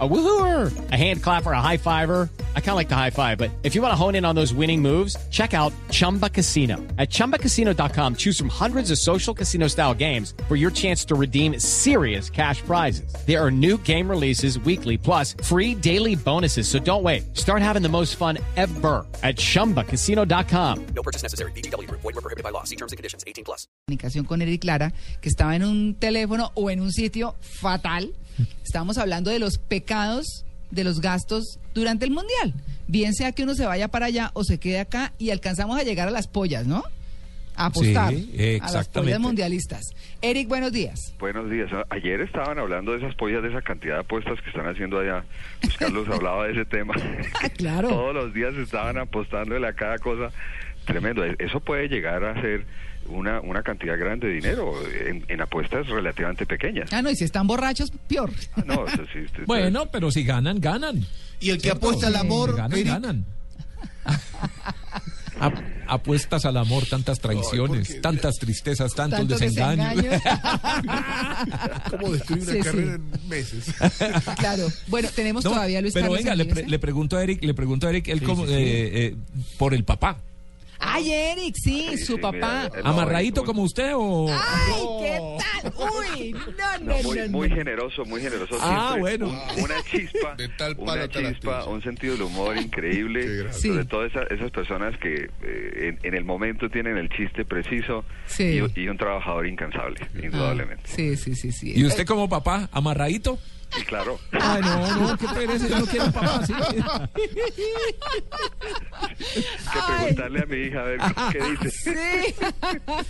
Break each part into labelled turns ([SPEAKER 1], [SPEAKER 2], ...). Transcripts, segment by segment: [SPEAKER 1] A woohooer, a hand clapper, a high fiver. I kind of like the high five, but if you want to hone in on those winning moves, check out Chumba Casino. At chumbacasino.com, choose from hundreds of social casino style games for your chance to redeem serious cash prizes. There are new game releases weekly, plus free daily bonuses. So don't wait. Start having the most fun ever at chumbacasino.com.
[SPEAKER 2] No purchase necessary. BGW. Void were prohibited by law. See terms and conditions. 18 plus.
[SPEAKER 3] comunicación con Eric Clara, que estaba en un teléfono o en un sitio fatal. Estábamos hablando de los pecados de los gastos durante el Mundial. Bien sea que uno se vaya para allá o se quede acá y alcanzamos a llegar a las pollas, ¿no? A apostar a
[SPEAKER 4] Sí,
[SPEAKER 3] las pollas
[SPEAKER 4] exactamente.
[SPEAKER 3] mundialistas. Eric, buenos días.
[SPEAKER 5] Buenos días. A- Ayer estaban hablando de esas pollas, de esa cantidad de apuestas que están haciendo allá. Pues Carlos hablaba de ese tema.
[SPEAKER 3] Ah, claro.
[SPEAKER 5] Todos los días estaban apostándole a cada cosa. Tremendo. E- Eso puede llegar a ser una, una cantidad grande de dinero en, en apuestas relativamente pequeñas.
[SPEAKER 3] Ah, no, y si están borrachos, peor.
[SPEAKER 5] Ah, No, eso sí, usted-
[SPEAKER 4] Bueno, pero si ganan, ganan.
[SPEAKER 6] Y el que apuesta al
[SPEAKER 4] Si
[SPEAKER 6] amor,
[SPEAKER 4] ganan,
[SPEAKER 6] Eric,
[SPEAKER 4] ganan. Ap- apuestas al amor, tantas traiciones, tantas tristezas, tantos,
[SPEAKER 3] Tantos
[SPEAKER 4] desengaños.
[SPEAKER 3] desengaños.
[SPEAKER 6] ¿cómo destruir una
[SPEAKER 3] Sí, sí.
[SPEAKER 6] carrera en meses?
[SPEAKER 3] claro. Bueno, tenemos
[SPEAKER 4] No,
[SPEAKER 3] todavía a Luis
[SPEAKER 4] pero
[SPEAKER 3] Carlos
[SPEAKER 4] venga, le,
[SPEAKER 3] Ramírez,
[SPEAKER 4] pre-
[SPEAKER 3] ¿eh?
[SPEAKER 4] le pregunto a Eric, le pregunto a Eric, él como, eh, eh, por el papá.
[SPEAKER 3] Ay, Eric, sí,
[SPEAKER 5] Sí,
[SPEAKER 3] su
[SPEAKER 5] sí,
[SPEAKER 3] papá.
[SPEAKER 5] mira, No,
[SPEAKER 4] ¿Amarradito
[SPEAKER 5] Eric,
[SPEAKER 4] como usted o...?
[SPEAKER 3] Ay, ¿qué tal? Uy, no, no,
[SPEAKER 5] No,
[SPEAKER 3] no.
[SPEAKER 5] muy,
[SPEAKER 3] no.
[SPEAKER 5] muy generoso, muy generoso.
[SPEAKER 4] Ah,
[SPEAKER 5] siempre.
[SPEAKER 4] bueno.
[SPEAKER 5] Un- una chispa,
[SPEAKER 6] De tal palo,
[SPEAKER 5] una
[SPEAKER 6] tal
[SPEAKER 5] chispa,
[SPEAKER 6] astilla.
[SPEAKER 5] un sentido del humor
[SPEAKER 6] Qué
[SPEAKER 5] increíble.
[SPEAKER 6] grave.
[SPEAKER 3] Sí.
[SPEAKER 5] Sobre todo esa- esas personas que eh, en, en el momento tienen el chiste preciso
[SPEAKER 3] Sí.
[SPEAKER 5] y, y un trabajador incansable,
[SPEAKER 6] Ah.
[SPEAKER 5] indudablemente.
[SPEAKER 3] Sí, sí, sí, sí.
[SPEAKER 4] ¿Y usted como papá, amarradito?
[SPEAKER 5] Y claro,
[SPEAKER 4] Ay, no, no, qué pereza, yo no quiero papá, sí.
[SPEAKER 5] hay que preguntarle a mi hija a ver qué dice.
[SPEAKER 3] Sí.
[SPEAKER 5] Sobre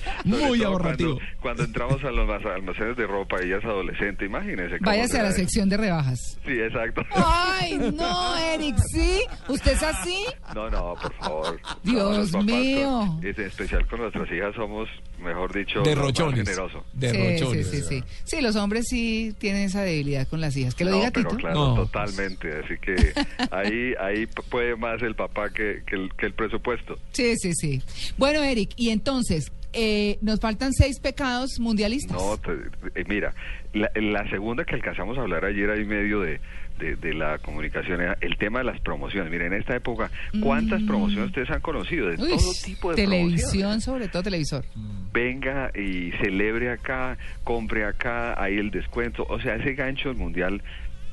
[SPEAKER 4] Muy
[SPEAKER 5] todo
[SPEAKER 4] ahorrativo.
[SPEAKER 5] Cuando, cuando entramos a los alm- almacenes de ropa, ella es adolescente, imagínese. cómo
[SPEAKER 3] Váyase a la
[SPEAKER 5] será.
[SPEAKER 3] sección de rebajas.
[SPEAKER 5] Sí, exacto.
[SPEAKER 3] Ay, no, Eric, sí. ¿Usted es así?
[SPEAKER 5] No, no, por favor.
[SPEAKER 3] Dios
[SPEAKER 5] No, los papás con-
[SPEAKER 3] mío.
[SPEAKER 5] es- en especial con nuestras hijas somos, mejor dicho, los más
[SPEAKER 4] Derrochones.
[SPEAKER 5] generosos.
[SPEAKER 4] Derrochones.
[SPEAKER 3] Sí, sí, sí, sí. Sí, los hombres sí tienen esa debilidad con las hijas. Que lo
[SPEAKER 5] no,
[SPEAKER 3] diga
[SPEAKER 5] pero
[SPEAKER 3] Tito.
[SPEAKER 5] claro,
[SPEAKER 4] No.
[SPEAKER 5] totalmente. Así que ahí ahí p- puede más el papá que, que el, que el presupuesto.
[SPEAKER 3] Sí, sí, sí. Bueno, Eric, y entonces, eh, nos faltan seis pecados mundialistas.
[SPEAKER 5] No, te- eh, mira, la, la segunda que alcanzamos a hablar ayer ahí medio de, de, de la comunicación era el tema de las promociones. Mira, en esta época, ¿cuántas promociones ustedes han conocido? De
[SPEAKER 3] Mm. Uy,
[SPEAKER 5] todo tipo de
[SPEAKER 3] televisión,
[SPEAKER 5] promociones.
[SPEAKER 3] sobre todo televisor.
[SPEAKER 5] Venga y celebre acá, compre acá, ahí el descuento. O sea, ese gancho del mundial,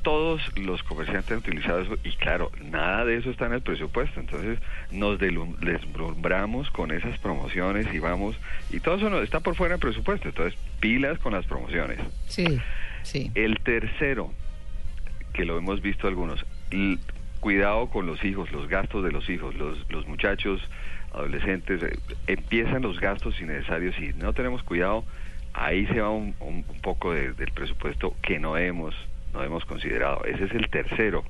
[SPEAKER 5] todos los comerciantes han utilizado eso y claro, nada de eso está en el presupuesto. Entonces nos delum- deslumbramos con esas promociones y vamos, y todo eso no, está por fuera del presupuesto. Entonces, pilas con las promociones.
[SPEAKER 3] Sí, sí.
[SPEAKER 5] El tercero, que lo hemos visto algunos, l- cuidado con los hijos, los gastos de los hijos, los, los muchachos, adolescentes, eh, empiezan los gastos innecesarios y no tenemos cuidado, ahí se va un, un- un poco de- del presupuesto que no hemos, no hemos considerado. Ese es el tercero.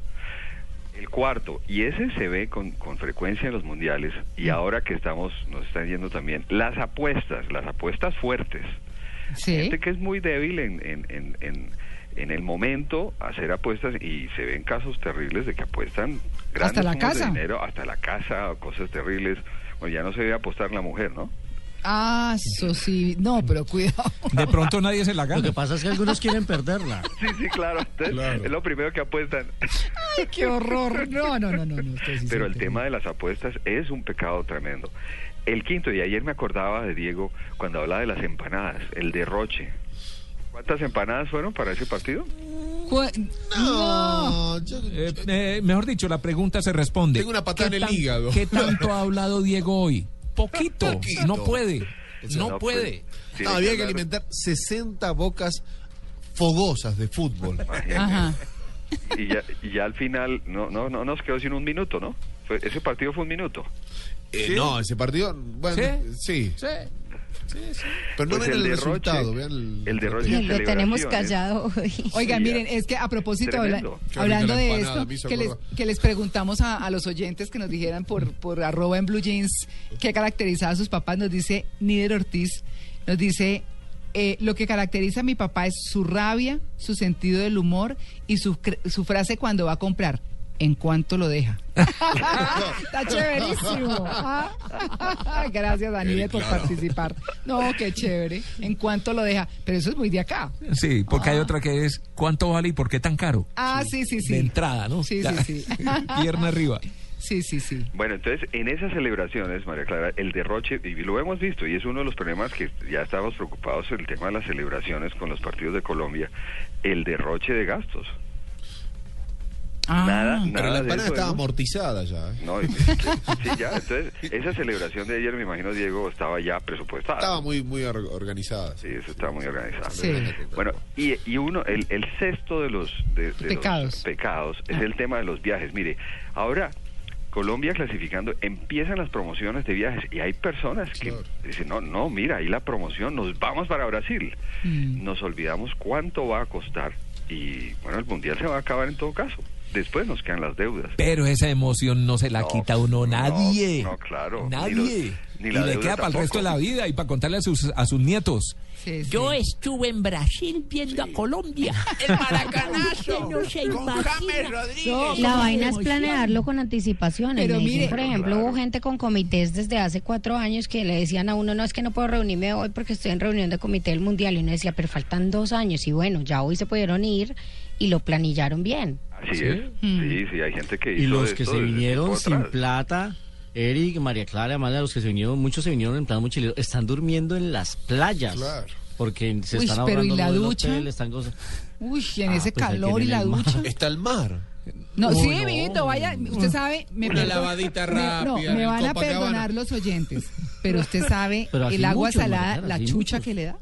[SPEAKER 5] El cuarto, y ese se ve con, con frecuencia en los mundiales, y ahora que estamos, nos están yendo también, las apuestas, las apuestas fuertes
[SPEAKER 3] Sí.
[SPEAKER 5] gente que es muy débil en, en, en, en, en el momento hacer apuestas y se ven casos terribles de que apuestan grandes
[SPEAKER 3] Hasta la
[SPEAKER 5] sumas
[SPEAKER 3] casa.
[SPEAKER 5] de dinero hasta la casa o cosas terribles bueno ya no se debe apostar la mujer no
[SPEAKER 3] Ah, eso sí. No, pero cuidado.
[SPEAKER 4] De pronto nadie se la
[SPEAKER 7] Lo que
[SPEAKER 4] gana.
[SPEAKER 7] pasa es que algunos quieren perderla.
[SPEAKER 5] sí sí claro, Entonces,
[SPEAKER 6] Claro.
[SPEAKER 5] es lo primero que apuestan
[SPEAKER 3] Ay, qué horror. No, no, no, no. no esto sí
[SPEAKER 5] pero
[SPEAKER 3] se
[SPEAKER 5] el
[SPEAKER 3] entiende.
[SPEAKER 5] tema de las apuestas es un pecado tremendo el quinto y ayer me acordaba de Diego cuando hablaba de las empanadas el derroche ¿Cuántas empanadas fueron para ese partido?
[SPEAKER 3] Cu- no.
[SPEAKER 6] No, yo-
[SPEAKER 4] Eh, eh, mejor dicho, la pregunta se responde.
[SPEAKER 6] Tengo una patada
[SPEAKER 4] ¿Qué
[SPEAKER 6] en el hígado.
[SPEAKER 4] ¿Qué tanto ha hablado Diego hoy? Poquito.
[SPEAKER 6] Poquito.
[SPEAKER 4] No puede. No,
[SPEAKER 5] No, pues,
[SPEAKER 4] puede.
[SPEAKER 5] tiene
[SPEAKER 6] No, había que
[SPEAKER 5] hablar-
[SPEAKER 6] alimentar 60 bocas fogosas de fútbol.
[SPEAKER 5] Ah,
[SPEAKER 3] Ajá.
[SPEAKER 5] y ya, y ya al final no, no, no nos quedó sin un minuto, ¿no? Fue- ese partido fue un minuto.
[SPEAKER 6] Eh, No, ese partido, bueno, sí.
[SPEAKER 4] Sí.
[SPEAKER 6] Pero no
[SPEAKER 5] Pues
[SPEAKER 6] vean el,
[SPEAKER 5] derroche,
[SPEAKER 6] resultado, vean el,
[SPEAKER 5] el derroche.
[SPEAKER 8] Y
[SPEAKER 5] de
[SPEAKER 8] lo tenemos
[SPEAKER 5] celebraciones.
[SPEAKER 8] callado hoy.
[SPEAKER 3] Oigan,
[SPEAKER 5] Sí,
[SPEAKER 3] miren,
[SPEAKER 5] ya.
[SPEAKER 3] es que a propósito, habla-
[SPEAKER 5] Tremendo.
[SPEAKER 6] Qué
[SPEAKER 3] hablando
[SPEAKER 6] rica la
[SPEAKER 3] de
[SPEAKER 6] empanada,
[SPEAKER 3] esto,
[SPEAKER 6] me hizo
[SPEAKER 3] que les,
[SPEAKER 6] acordar.
[SPEAKER 3] que les preguntamos a, a los oyentes que nos dijeran por, por arroba en blue jeans qué caracterizaba a sus papás, nos dice Nider Ortiz, nos dice, eh, lo que caracteriza a mi papá es su rabia, su sentido del humor y su, cre- su frase cuando va a comprar, en cuánto lo deja. Está chéverísimo. Gracias, Daniel, por participar. No, qué chévere. En cuánto lo deja. Pero eso es muy de acá.
[SPEAKER 4] Sí, porque hay otra que es ¿cuánto vale y por qué tan caro?
[SPEAKER 3] Ah, sí, sí, sí.
[SPEAKER 4] De entrada, ¿no?
[SPEAKER 3] Sí,
[SPEAKER 4] Ya.
[SPEAKER 3] sí, sí.
[SPEAKER 4] Pierna arriba.
[SPEAKER 3] Sí, sí, sí.
[SPEAKER 5] Bueno, entonces en esas celebraciones, María Clara, el derroche, y lo hemos visto, y es uno de los problemas que ya estábamos preocupados, el tema de las celebraciones con los partidos de Colombia, el derroche de gastos.
[SPEAKER 3] Ah,
[SPEAKER 5] Nada, nada
[SPEAKER 6] Pero la
[SPEAKER 5] de
[SPEAKER 6] empanada
[SPEAKER 5] eso
[SPEAKER 6] estaba
[SPEAKER 5] hemos-
[SPEAKER 6] amortizada ya. ¿eh?
[SPEAKER 5] No, y- sí, ya, entonces esa celebración de ayer, me imagino, Diego, estaba ya presupuestada.
[SPEAKER 6] Estaba muy, muy or- organizada.
[SPEAKER 5] Ah. Sí, eso está muy organizado.
[SPEAKER 3] Sí.
[SPEAKER 5] Bueno, y, y uno, el, el sexto de los, de, de
[SPEAKER 3] Pecados.
[SPEAKER 5] los pecados es
[SPEAKER 3] Ah.
[SPEAKER 5] el tema de los viajes. Mire, ahora Colombia clasificando, empiezan las promociones de viajes y hay personas que
[SPEAKER 6] Claro.
[SPEAKER 5] dicen, no, no, mira, ahí la promoción, nos vamos para Brasil.
[SPEAKER 3] Mm.
[SPEAKER 5] Nos olvidamos cuánto va a costar y bueno, el mundial se va a acabar en todo caso. Después nos quedan las deudas.
[SPEAKER 4] Pero esa emoción no se la
[SPEAKER 5] No,
[SPEAKER 4] quita uno
[SPEAKER 5] no,
[SPEAKER 4] nadie.
[SPEAKER 5] no, claro. Ni
[SPEAKER 4] Nadie.
[SPEAKER 5] los- ni
[SPEAKER 4] y
[SPEAKER 5] la
[SPEAKER 4] le
[SPEAKER 5] deuda
[SPEAKER 4] queda para el
[SPEAKER 5] tampoco.
[SPEAKER 4] resto de la vida y para contarle a sus, a sus nietos.
[SPEAKER 3] sí, sí.
[SPEAKER 7] Yo estuve en Brasil viendo a Colombia. El maracanazo. no se imagina. No,
[SPEAKER 8] La
[SPEAKER 7] cómo
[SPEAKER 8] vaina
[SPEAKER 7] se
[SPEAKER 8] es
[SPEAKER 7] emociona.
[SPEAKER 8] planearlo con anticipación. En
[SPEAKER 3] Pero
[SPEAKER 8] Medellín,
[SPEAKER 3] mire-
[SPEAKER 8] por ejemplo,
[SPEAKER 5] Claro.
[SPEAKER 8] hubo gente con comités desde hace cuatro años que le decían a uno, no es que no puedo reunirme hoy porque estoy en reunión de comité del mundial. Y uno decía, pero faltan dos años. Y bueno, ya hoy se pudieron ir y lo planillaron bien.
[SPEAKER 5] Así es.
[SPEAKER 3] Mm.
[SPEAKER 5] Sí, sí, hay gente que hizo
[SPEAKER 9] Y los que
[SPEAKER 5] esto
[SPEAKER 9] se
[SPEAKER 5] desde
[SPEAKER 9] vinieron
[SPEAKER 5] tiempo
[SPEAKER 9] sin
[SPEAKER 5] atrás.
[SPEAKER 9] plata, Eric, María Clara, además de los que se vinieron, muchos se vinieron en plan mochilero, están durmiendo en las playas.
[SPEAKER 6] Claro.
[SPEAKER 9] Porque se
[SPEAKER 3] Uy,
[SPEAKER 9] están
[SPEAKER 3] pero ¿y
[SPEAKER 9] ahorrando
[SPEAKER 3] la
[SPEAKER 9] lo del
[SPEAKER 3] ducha?
[SPEAKER 9] hotel, están cosas.
[SPEAKER 3] Uy, en
[SPEAKER 9] Ah,
[SPEAKER 3] ese
[SPEAKER 9] pues ahí
[SPEAKER 3] calor y
[SPEAKER 9] tienen
[SPEAKER 3] la
[SPEAKER 9] el mar.
[SPEAKER 3] ducha.
[SPEAKER 6] Está el mar.
[SPEAKER 3] No,
[SPEAKER 9] Uy,
[SPEAKER 3] sí,
[SPEAKER 9] no.
[SPEAKER 3] amiguito, vaya, usted sabe, me
[SPEAKER 9] Una
[SPEAKER 3] perdo-
[SPEAKER 9] lavadita
[SPEAKER 3] me- no,
[SPEAKER 9] rápida
[SPEAKER 3] me,
[SPEAKER 9] en
[SPEAKER 3] van a
[SPEAKER 9] Copacabana.
[SPEAKER 3] perdonar los oyentes, pero usted sabe
[SPEAKER 9] Pero así
[SPEAKER 3] el agua
[SPEAKER 9] muchos,
[SPEAKER 3] salada,
[SPEAKER 9] Mariana,
[SPEAKER 3] la
[SPEAKER 9] así
[SPEAKER 3] chucha
[SPEAKER 9] muchos.
[SPEAKER 3] que le da,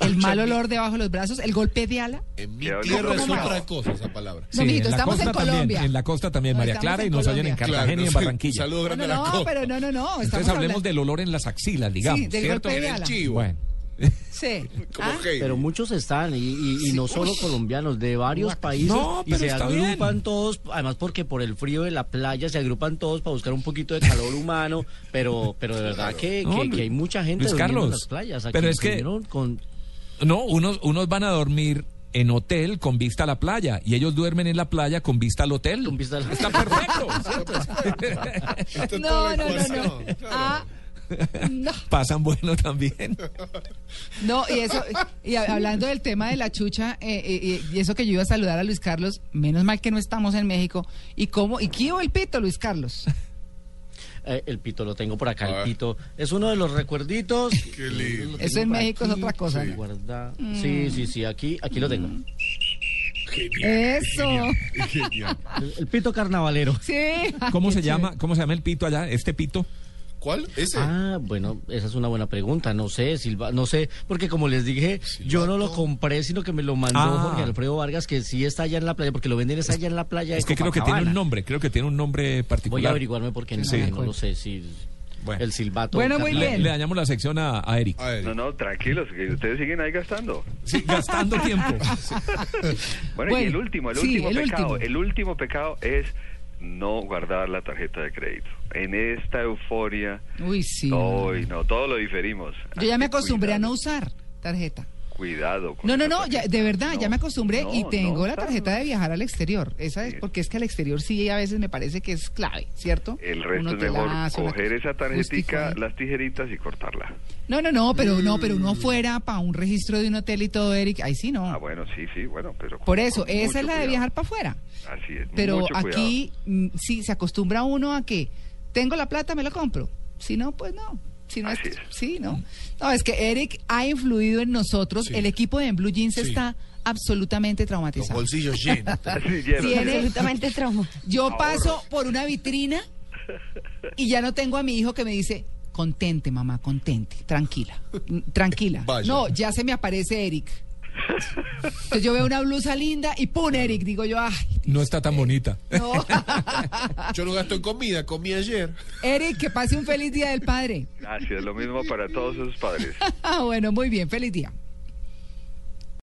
[SPEAKER 3] el mal olor debajo de los brazos, el golpe de ala.
[SPEAKER 6] En mi
[SPEAKER 5] Ya,
[SPEAKER 6] tierra
[SPEAKER 5] ¿cómo
[SPEAKER 6] es
[SPEAKER 5] más?
[SPEAKER 6] otra cosa esa palabra.
[SPEAKER 3] No, mijito,
[SPEAKER 4] la
[SPEAKER 3] estamos en
[SPEAKER 4] costa también,
[SPEAKER 3] Colombia.
[SPEAKER 4] en la costa también,
[SPEAKER 3] No,
[SPEAKER 4] María
[SPEAKER 3] estamos
[SPEAKER 4] Clara,
[SPEAKER 3] en
[SPEAKER 4] y nos oyen en
[SPEAKER 3] Colombia.
[SPEAKER 4] Cartagena y en
[SPEAKER 6] no sé,
[SPEAKER 4] Barranquilla.
[SPEAKER 6] Saludos
[SPEAKER 3] No,
[SPEAKER 6] grandes a
[SPEAKER 3] no,
[SPEAKER 6] la
[SPEAKER 3] no,
[SPEAKER 6] costa.
[SPEAKER 3] pero no, no, no, estamos
[SPEAKER 4] Entonces hablemos
[SPEAKER 3] hablando-
[SPEAKER 4] del olor en las axilas, digamos.
[SPEAKER 3] Sí, del
[SPEAKER 4] ¿cierto?
[SPEAKER 3] golpe de
[SPEAKER 6] El
[SPEAKER 3] ala.
[SPEAKER 6] chivo.
[SPEAKER 4] Bueno,
[SPEAKER 3] Sí. Ah,
[SPEAKER 6] Como Heidi.
[SPEAKER 9] Pero muchos están, y, y- y no solo colombianos, de varios países,
[SPEAKER 4] No,
[SPEAKER 9] y se
[SPEAKER 4] pero está
[SPEAKER 9] agrupan
[SPEAKER 4] bien.
[SPEAKER 9] todos, además porque por el frío de la playa se agrupan todos para buscar un poquito de calor humano, pero pero de verdad que,
[SPEAKER 4] No,
[SPEAKER 9] que-
[SPEAKER 4] Lu-
[SPEAKER 9] que hay mucha gente
[SPEAKER 4] Luis
[SPEAKER 9] durmiendo en
[SPEAKER 4] Carlos,
[SPEAKER 9] las playas.
[SPEAKER 4] pero
[SPEAKER 9] Aquí
[SPEAKER 4] es que-
[SPEAKER 9] durmieron con
[SPEAKER 4] no, unos, unos van a dormir en hotel con vista a la playa y ellos duermen en la playa con vista al hotel.
[SPEAKER 9] Con vista al-
[SPEAKER 4] Está perfecto.
[SPEAKER 6] Está
[SPEAKER 3] No,
[SPEAKER 6] toda la
[SPEAKER 3] no, no, no.
[SPEAKER 6] ecuación. Claro.
[SPEAKER 3] Ah, no.
[SPEAKER 4] Pasan bueno también.
[SPEAKER 3] No, y eso, y hab- hablando del tema de la chucha, eh, eh, eh, y eso que yo iba a saludar a Luis Carlos, menos mal que no estamos en México. ¿Y cómo? ¿Y qué hubo el pito, Luis Carlos?
[SPEAKER 9] eh, el pito, lo tengo por acá,
[SPEAKER 6] A ver.
[SPEAKER 9] el pito. Es uno de los recuerditos.
[SPEAKER 6] Qué lindo.
[SPEAKER 9] Lo tengo
[SPEAKER 3] Eso en
[SPEAKER 9] por
[SPEAKER 3] México es otra cosa,
[SPEAKER 9] Sí,
[SPEAKER 3] ¿no?
[SPEAKER 9] guarda- sí, sí, sí, aquí, aquí lo tengo.
[SPEAKER 4] Mm.
[SPEAKER 3] Eso.
[SPEAKER 6] Genial.
[SPEAKER 9] El, el pito carnavalero.
[SPEAKER 3] Sí.
[SPEAKER 4] ¿Cómo
[SPEAKER 3] Qué
[SPEAKER 4] se llama? ¿Cómo se llama el pito allá? Este pito.
[SPEAKER 6] ¿Cuál? ¿Ese?
[SPEAKER 9] Ah, bueno, esa es una buena pregunta. No sé, Silva, no sé, porque como les dije, yo no lo compré, sino que me lo mandó
[SPEAKER 4] Ah.
[SPEAKER 9] Jorge Alfredo Vargas, que sí está allá en la playa, porque lo venden es allá en la playa. de
[SPEAKER 4] Es que creo que tiene
[SPEAKER 9] Copacabana.
[SPEAKER 4] un nombre, creo que tiene un nombre particular.
[SPEAKER 9] Voy a averiguarme porque no,
[SPEAKER 4] Sí.
[SPEAKER 9] no lo sé si
[SPEAKER 4] Bueno.
[SPEAKER 9] el silbato.
[SPEAKER 3] Bueno, muy
[SPEAKER 4] Le,
[SPEAKER 3] bien.
[SPEAKER 4] le dañamos la sección a, a Eric.
[SPEAKER 6] A ver.
[SPEAKER 5] No, no, tranquilos, que ustedes siguen ahí gastando.
[SPEAKER 4] Sí, gastando tiempo.
[SPEAKER 5] Bueno, y
[SPEAKER 3] Bueno,
[SPEAKER 5] el último, el
[SPEAKER 3] sí,
[SPEAKER 5] último
[SPEAKER 3] el
[SPEAKER 5] pecado,
[SPEAKER 3] último.
[SPEAKER 5] el último pecado es no guardar la tarjeta de crédito. En esta euforia,
[SPEAKER 3] Uy, sí.
[SPEAKER 5] hoy no, todo lo diferimos.
[SPEAKER 3] Yo ya me acostumbré a no
[SPEAKER 5] Cuidado,
[SPEAKER 3] usar tarjeta.
[SPEAKER 5] Cuidado. con
[SPEAKER 3] No, no,
[SPEAKER 5] esa
[SPEAKER 3] no, ya,
[SPEAKER 5] tarjeta.
[SPEAKER 3] de verdad, ya
[SPEAKER 5] No,
[SPEAKER 3] me acostumbré
[SPEAKER 5] no,
[SPEAKER 3] y tengo
[SPEAKER 5] no,
[SPEAKER 3] la tarjeta de viajar al exterior. Esa es porque es que al exterior sí a veces me parece que es clave, ¿cierto?
[SPEAKER 5] El
[SPEAKER 3] Un
[SPEAKER 5] resto es mejor
[SPEAKER 3] hotelazo, una
[SPEAKER 5] coger
[SPEAKER 3] cosa.
[SPEAKER 5] esa tarjetica,
[SPEAKER 3] Justico ahí.
[SPEAKER 5] las tijeritas y cortarla.
[SPEAKER 3] No, no, no, pero no, pero uno fuera para un registro de un hotel y todo, Eric, ahí sí no.
[SPEAKER 5] Mm. Ah, bueno, sí, sí, bueno, pero... con-
[SPEAKER 3] Por eso,
[SPEAKER 5] con mucho
[SPEAKER 3] esa es la de
[SPEAKER 5] cuidado.
[SPEAKER 3] viajar para afuera.
[SPEAKER 5] Así es,
[SPEAKER 3] Pero
[SPEAKER 5] mucho cuidado.
[SPEAKER 3] aquí mm, sí se acostumbra uno a que tengo la plata, me la compro. Si no, pues no. Si no
[SPEAKER 5] Así
[SPEAKER 3] es-
[SPEAKER 5] es.
[SPEAKER 3] sí, no. No, es que Eric ha influido en nosotros. El equipo de En Blue Jeans está absolutamente
[SPEAKER 6] Los
[SPEAKER 3] traumatizado.
[SPEAKER 6] bolsillos llenos.
[SPEAKER 5] Así lleno,
[SPEAKER 3] Tiene-
[SPEAKER 5] lleno.
[SPEAKER 8] Absolutamente trauma.
[SPEAKER 3] Yo paso por una vitrina y ya no tengo a mi hijo que me dice, contente, mamá, contente, tranquila, mm, tranquila.
[SPEAKER 6] Vaya.
[SPEAKER 3] No, ya se me aparece Eric. Entonces yo veo una blusa linda y pum, Eric, digo yo, ay,
[SPEAKER 4] No está tan bonita.
[SPEAKER 3] no.
[SPEAKER 6] Yo no gasto en comida, comí ayer.
[SPEAKER 3] Eric, que pase un feliz día del padre.
[SPEAKER 5] Así es, lo mismo para todos esos padres.
[SPEAKER 3] Ah, bueno, muy bien, feliz día.